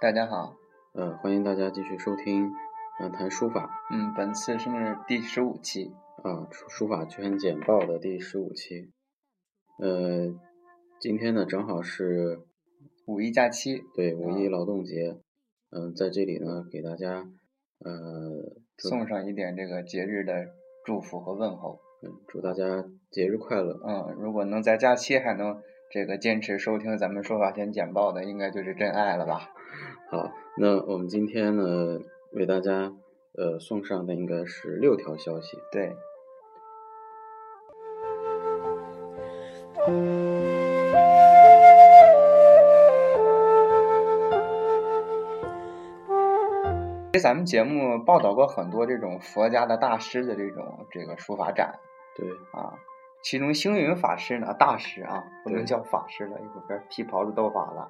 大家好，呃，欢迎大家继续收听，嗯、谈书法，嗯，本次是第十五期，啊，书书法圈简报的第十五期。呃，今天呢，正好是五一假期，对五一劳动节，嗯、在这里呢，给大家呃祝送上一点这个节日的祝福和问候。嗯祝大家节日快乐。嗯，如果能在假期还能这个坚持收听咱们说法圈简报的，应该就是真爱了吧？好，那我们今天呢，为大家呃送上的应该是六条消息。对，其实咱们节目报道过很多这种佛家的大师的这种这个书法展，对，啊，其中星云法师呢，大师啊，不能对叫法师了，一会儿踢袍子斗法了。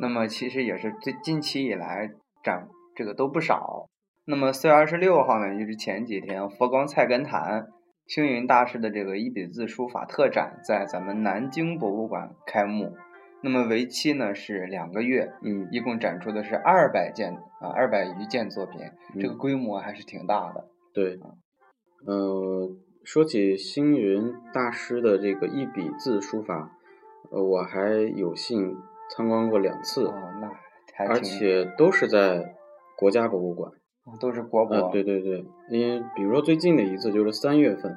那么其实也是最近期以来展这个都不少。那么四月二十六号呢，也就是前几天，佛光菜根谭星云大师的这个一笔字书法特展在咱们南京博物馆开幕。那么为期呢是两个月，嗯，一共展出的是二百件啊二百余件作品，这个嗯规模还是挺大的。对，嗯呃，说起星云大师的这个一笔字书法，呃，我还有幸参观过两次，哦，那还挺而且都是在国家博物馆。都是国啊博，，对对对，因为比如说最近的一次就是三月份，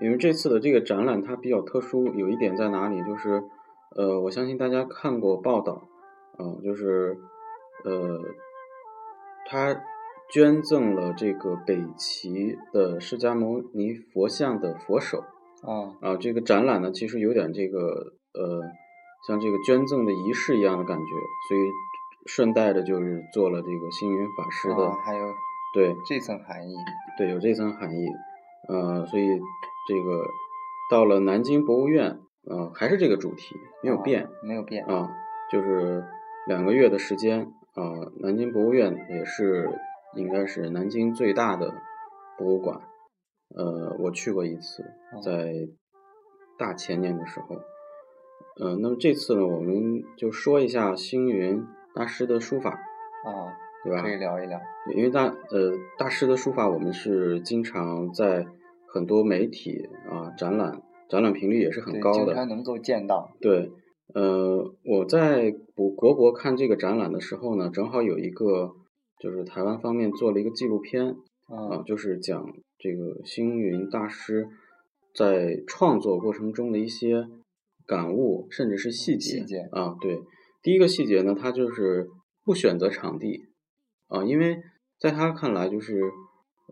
因为这次的这个展览它比较特殊，有一点在哪里就是，呃，我相信大家看过报道，啊、就是，呃，他捐赠了这个北齐的释迦牟尼佛像的佛手，嗯，啊，这个展览呢，其实有点这个呃，像这个捐赠的仪式一样的感觉，所以顺带着就是做了这个星云法师的，啊还有对这层含义，对，有这层含义，呃，所以这个到了南京博物院，呃，还是这个主题没有啊变没有变啊、，就是两个月的时间啊、南京博物院也是应该是南京最大的博物馆，呃，我去过一次，嗯在大前年的时候，呃，那么这次呢，我们就说一下星云大师的书法，啊，对吧？可以聊一聊，对因为大呃大师的书法，我们是经常在很多媒体啊、展览展览频率也是很对，高经的。常能够见到，对，呃，我在国国博看这个展览的时候呢，正好有一个就是台湾方面做了一个纪录片啊、嗯，就是讲这个星云大师在创作过程中的一些感悟，甚至是细节细节啊。对，第一个细节呢，他就是不选择场地啊，因为在他看来，就是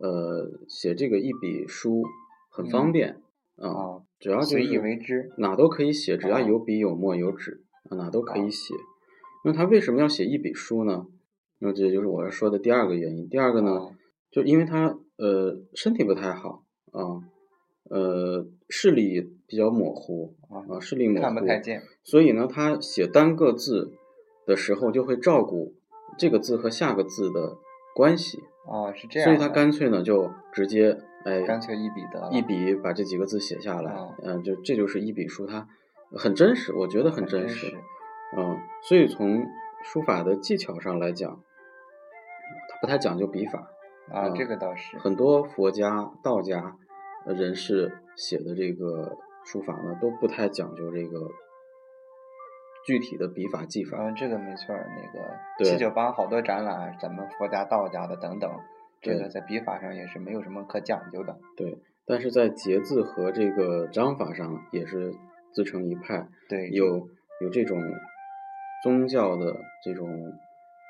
呃，写这个一笔书很嗯方便、啊，啊，只要就随意是为之，哪都可以写，只要啊有笔有墨有纸啊，哪都可啊以写。那他为什么要写一笔书呢？那这就是我要说的第二个原因。第二个呢，啊就因为他呃身体不太好啊，呃视力比较模糊啊，啊，视力模糊，看不太见，所以呢，他写单个字的时候就会照顾这个字和下个字的关系，啊，是这样所的，以他干脆呢就直接哎干脆一笔得了，一笔把这几个字写下来，哦嗯、就这就是一笔书，它很真实，我觉得很很真真实，实，嗯，所以从书法的技巧上来讲，它不太讲究笔法，啊，嗯这个倒是，很多佛家、道家呃人士写的这个书法呢，都不太讲究这个具体的笔法技法，嗯，这个没错儿，那个对七九八好多展览，啊咱们佛家、道家的等等，这对个在笔法上也是没有什么可讲究的，对，但是在节字和这个章法上也是自成一派，对，有有这种宗教的这种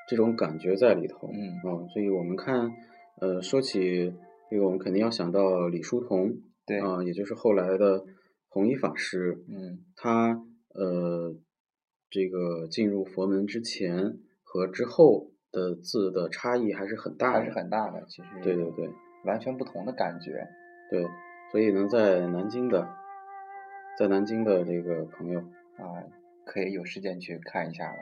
这种感觉在里头，嗯啊，所以我们看，呃，说起这个，我们肯定要想到李叔同，对，啊、也就是后来的弘一法师，嗯，他呃，这个进入佛门之前和之后的字的差异还是很大的，还是很大的，其实，对对对。完全不同的感觉，对，所以呢，在南京的，在南京的这个朋友，啊，可以有时间去看一下了。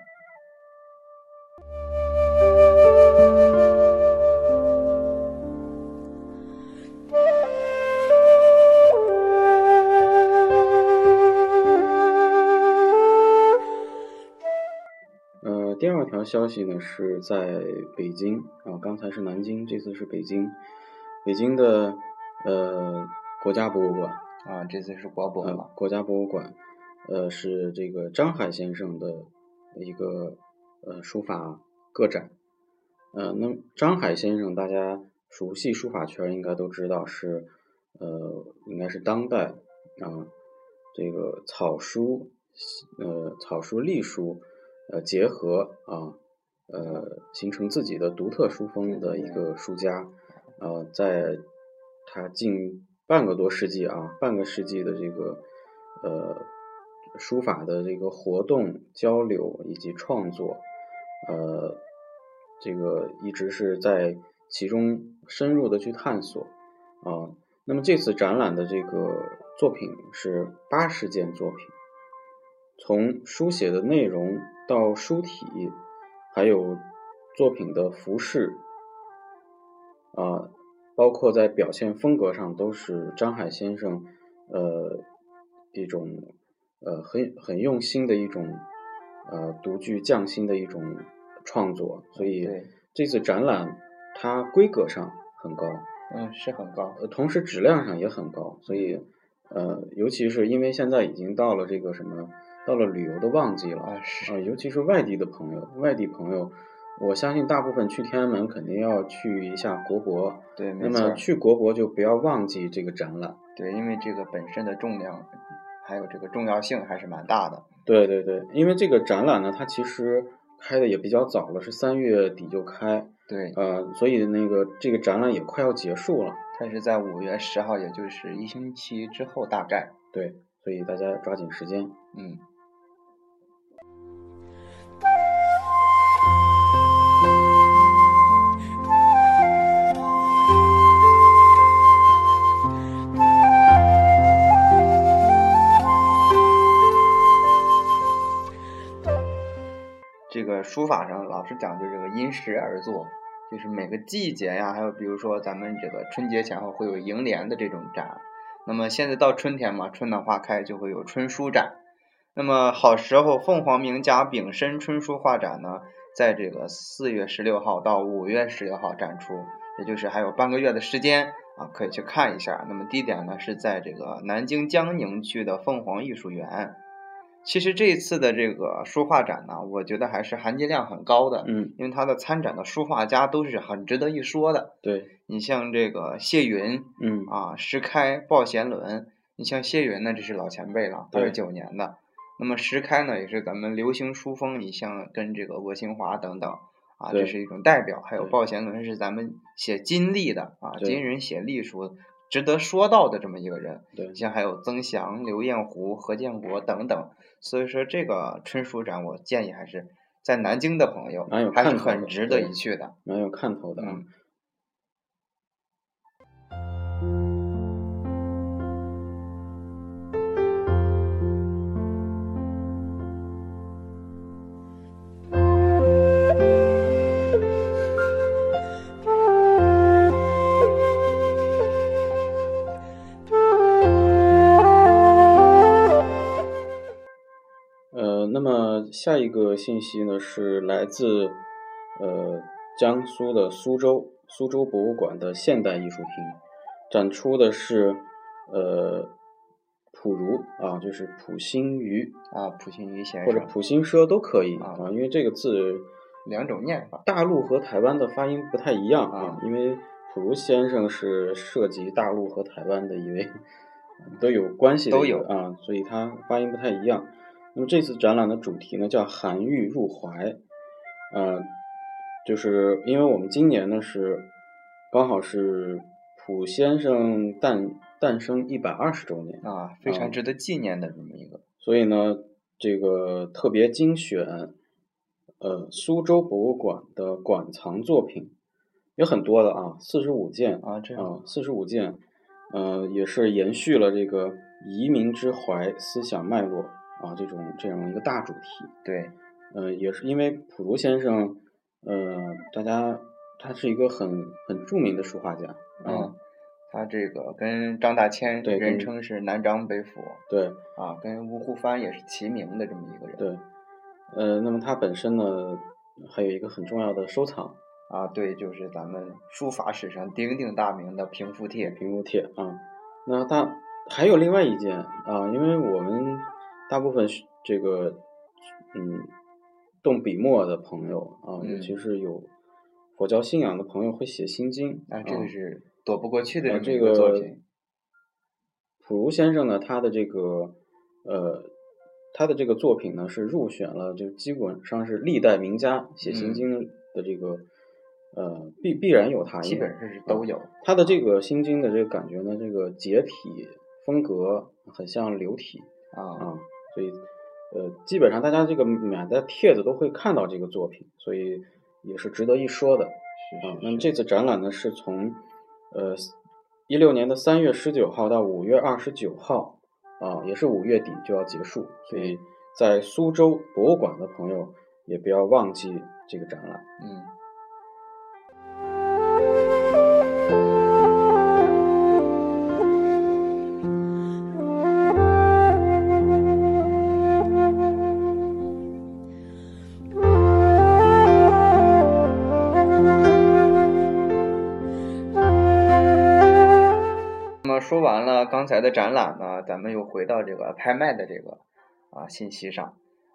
呃，第二条条消息呢是在北京啊，刚才是南京，这次是北京，北京的呃国家博物馆，啊，这次是国博呃嘛，国家博物馆，呃是这个张海先生的一个呃书法个展，呃，那么张海先生大家熟悉书法圈儿应该都知道是呃应该是当代啊、这个草书呃草书隶书呃结合啊呃形成自己的独特书风的一个书家，呃，在他近半个多世纪啊，半个世纪的这个呃书法的这个活动交流以及创作，呃，这个一直是在其中深入的去探索啊、那么这次展览的这个作品是八十件作品，从书写的内容到书体，还有作品的服饰，啊、包括在表现风格上，都是张海先生呃一种呃很很用心的一种呃独具匠心的一种创作，所以对这次展览它规格上很高。嗯，是很高，呃，同时质量上也很高，所以，呃，尤其是因为现在已经到了这个什么，到了旅游的旺季了啊、啊是，呃尤其是外地的朋友，外地朋友，我相信大部分去天安门肯定要去一下国博，对，那没错么儿，去国博就不要忘记这个展览。对，因为这个本身的重量还有这个重要性还是蛮大的，对对对，因为这个展览呢，它其实开的也比较早了，是三月底就开，对，呃，所以那个这个展览也快要结束了，它是在五月十号，也就是一星期之后大概，对，所以大家抓紧时间。嗯，这个书法上老是讲究这个因时而作，就是每个季节呀，还有比如说咱们这个春节前后会有楹联的这种展，那么现在到春天嘛，春暖花开就会有春书展。那么好时候，凤凰名家丙申春书画展呢，在这个四月十六号到五月十六号展出，也就是还有半个月的时间啊，可以去看一下。那么地点呢是在这个南京江宁区的凤凰艺术园。其实这一次的这个书画展呢，我觉得还是含金量很高的，嗯，因为它的参展的书画家都是很值得一说的。对，你像这个谢云，嗯，啊，石开、鲍贤伦，你像谢云呢，这是老前辈了，二对十九年的。那么石开呢，也是咱们流行书风，你像跟这个吴兴华等等啊，这对是一种代表。还有对鲍贤伦是咱们写金历的啊，对金人写历书值得说到的这么一个人。对你，像还有曾祥、刘彦湖、何建国等等。所以说这个春书展，我建议还是在南京的朋友蛮有还是看头很的值得对一去的。蛮有看头的啊。嗯呃，那么下一个信息呢是来自呃江苏的苏州苏州博物馆的现代艺术厅，展出的是呃普如啊，就是普心鱼啊，普信云先或者生，普心奢都可以啊啊，因为这个字两种念法。大陆和台湾的发音不太一样啊啊，因为普如先生是涉及大陆和台湾的一位，都有关系的都一个有啊，所以他发音不太一样。那么这次展览的主题呢叫“韩愈入怀”，呃，就是因为我们今年呢是刚好是普先生诞诞生一百二十周年，啊，非常嗯值得纪念的这么一个。所以呢，这个特别精选，呃，苏州博物馆的馆藏作品有很多的啊，四十五件啊这样啊，四十五件，呃，也是延续了这个移民之怀思想脉络啊，这种这样一个大主题。对，呃，也是因为普如先生，呃，大家他是一个很很著名的书画家啊，嗯，他这个跟张大千对人跟称是南张北府对，啊，跟吴湖帆也是齐名的这么一个人。对，呃，那么他本身呢，还有一个很重要的收藏啊，对，就是咱们书法史上鼎鼎大名的平复帖。屏幕贴啊。那大还有另外一件啊，因为我们大部分是这个嗯动笔墨的朋友啊，嗯尤其是有佛教信仰的朋友会写心经啊，这个是躲不过去的呃，这么嗯这一个作个品。普如先生呢，他的这个呃，他的这个作品呢是入选了，就基本上是历代名家写嗯心经的这个、呃必必然有他基影。本上是都有。他的这个心经的这个感觉呢，这个解体风格很像流体啊，啊，所以呃，基本上大家这个买的帖子都会看到这个作品，所以也是值得一说的。啊，那么这次展览呢，是从呃一六年的三月十九号到五月二十九号，啊，也是五月底就要结束，所以在苏州博物馆的朋友也不要忘记这个展览。嗯，那么嗯说完了刚才的展览呢，咱们又回到这个拍卖的这个啊信息上。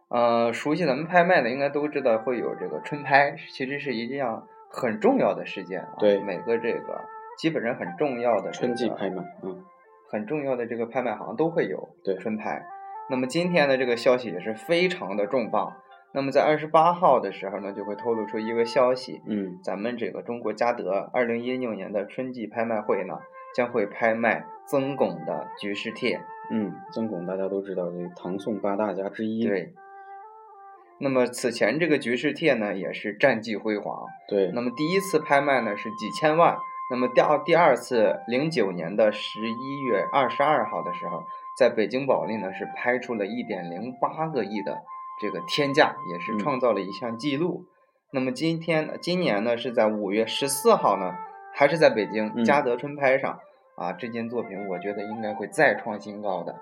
呃，熟悉咱们拍卖的应该都知道会有这个春拍，其实是一件很重要的事件啊。对每个这个基本上很重要的、春季拍，卖，嗯，很重要的这个拍卖行都会有对春拍。那么今天的这个消息也是非常的重磅。那么在二十八号的时候呢，就会透露出一个消息，嗯，咱们这个中国嘉德二零一六年的春季拍卖会呢，将会拍卖曾巩的《局势帖嗯，曾巩大家都知道，这唐宋八大家之》。一，对。那么此前这个《局势帖》呢，也是战绩辉煌。对那么第一次拍卖呢是几千万，那么第二第二次零九年的十一月二十二号的时候，在北京保利呢是拍出了一点零八个亿的这个天价，也是嗯创造了一项记录。那么今天今年呢是在五月十四号呢，还是在北京嗯嘉德春拍上、啊，这件作品我觉得应该会再创新高的。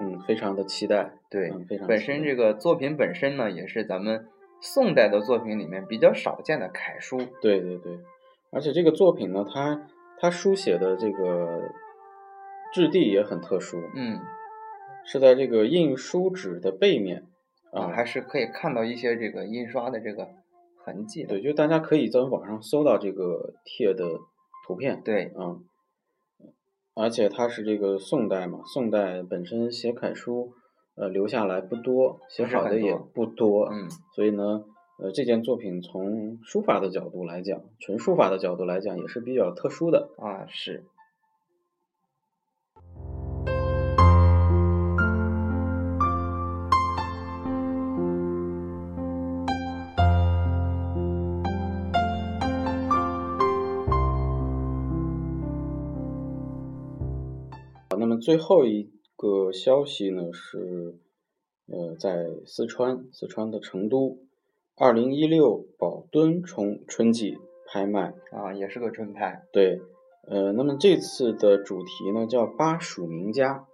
嗯，非常的期待，对，嗯，非常本期身待这个作品本身呢也是咱们宋代的作品里面比较少见的楷书。对对对，而且这个作品呢，它它书写的这个质地也很特殊，嗯。是在这个印书纸的背面啊，啊，还是可以看到一些这个印刷的这个痕迹的。对，就大家可以在网上搜到这个帖的图片，对啊，而且它是这个宋代嘛，宋代本身写楷书，呃，留下来不多，写不是好很的也多不多，嗯所以呢，呃，这件作品从书法的角度来讲，纯书法的角度来讲，也是比较特殊的。啊是。那么最后一个消息呢是，呃，在四川，四川的成都，二零一六宝墩春春季拍卖，啊，也是个春拍，对，呃，那么这次的主题呢叫巴蜀名家，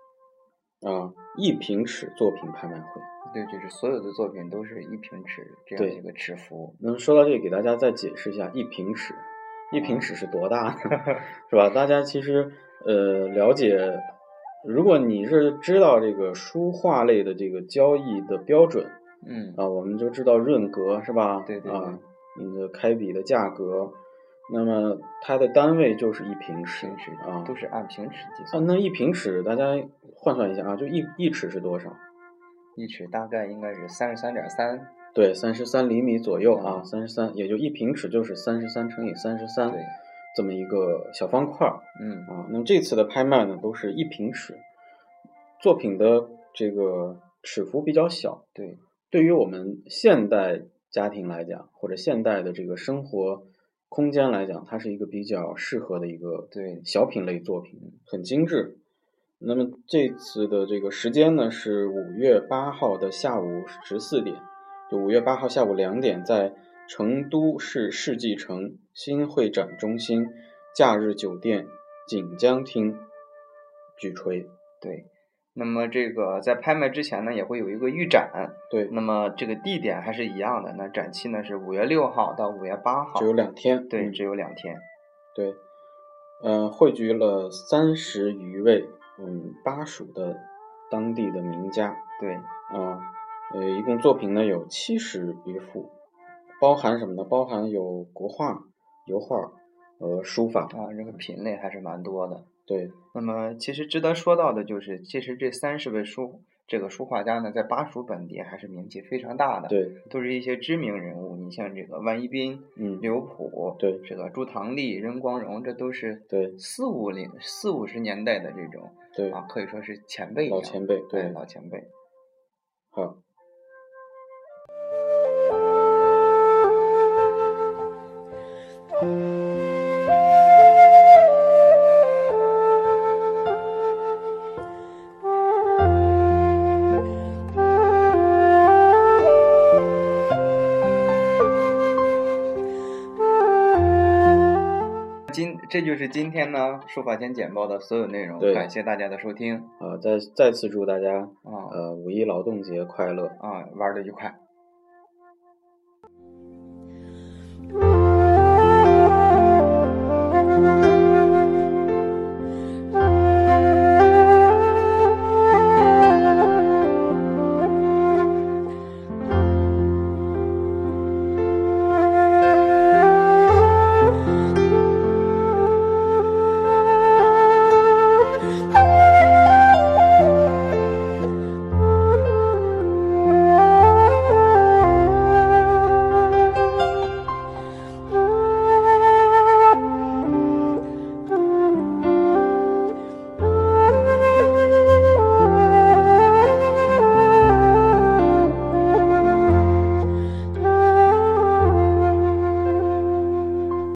啊、一平尺作品拍卖会。对，就是所有的作品都是一平尺这样对一个尺幅，那么说到这个，给大家再解释一下一平尺，一平尺是多大呢？ 是吧？大家其实呃了解，如果你是知道这个书画类的这个交易的标准嗯，啊，我们就知道润格是吧？对对啊，你的开笔的价格，那么它的单位就是一平尺平尺啊。都是按平尺计啊，算，那一平尺大家换算一下啊，就一一尺是多少？一尺大概应该是三十三点三，对，三十三厘米左右啊嗯，三十三，也就一平尺就是三十三乘以三十三。对，这么一个小方块儿嗯啊。那么这次的拍卖呢，都是一平尺，作品的这个尺幅比较小，对，对于我们现代家庭来讲，或者现代的这个生活空间来讲，它是一个比较适合的一个对小品类作品，很精致。那么这次的这个时间呢是五月八号的下午十四点，就五月八号下午两点，在成都市世纪城新会展中心假日酒店锦江厅举锤。对。那么这个在拍卖之前呢，也会有一个预展。对，那么这个地点还是一样的，那展期呢是五月六号到五月八号只，有两天。对，嗯只有两天。对，呃，汇聚了三十余位，嗯，巴蜀的当地的名家对，啊，呃，一共作品呢有七十余幅，包含什么呢？包含有国画、油画、呃，书法。啊，这个品类还是蛮多的。对，那么其实值得说到的就是，其实这三十位书这个书画家呢，在巴蜀本地还是名气非常大的，对，都是一些知名人物。你像这个万一斌、嗯，刘普，对，这个朱唐丽、任光荣，这都是对，四五零四五十年代的这种对，啊，可以说是前辈一老样前辈，哎对，老前辈。好。今这就是今天呢书法简简报的所有内容，对感谢大家的收听呃啊，再再次祝大家啊呃五一劳动节快乐！啊，玩的愉快。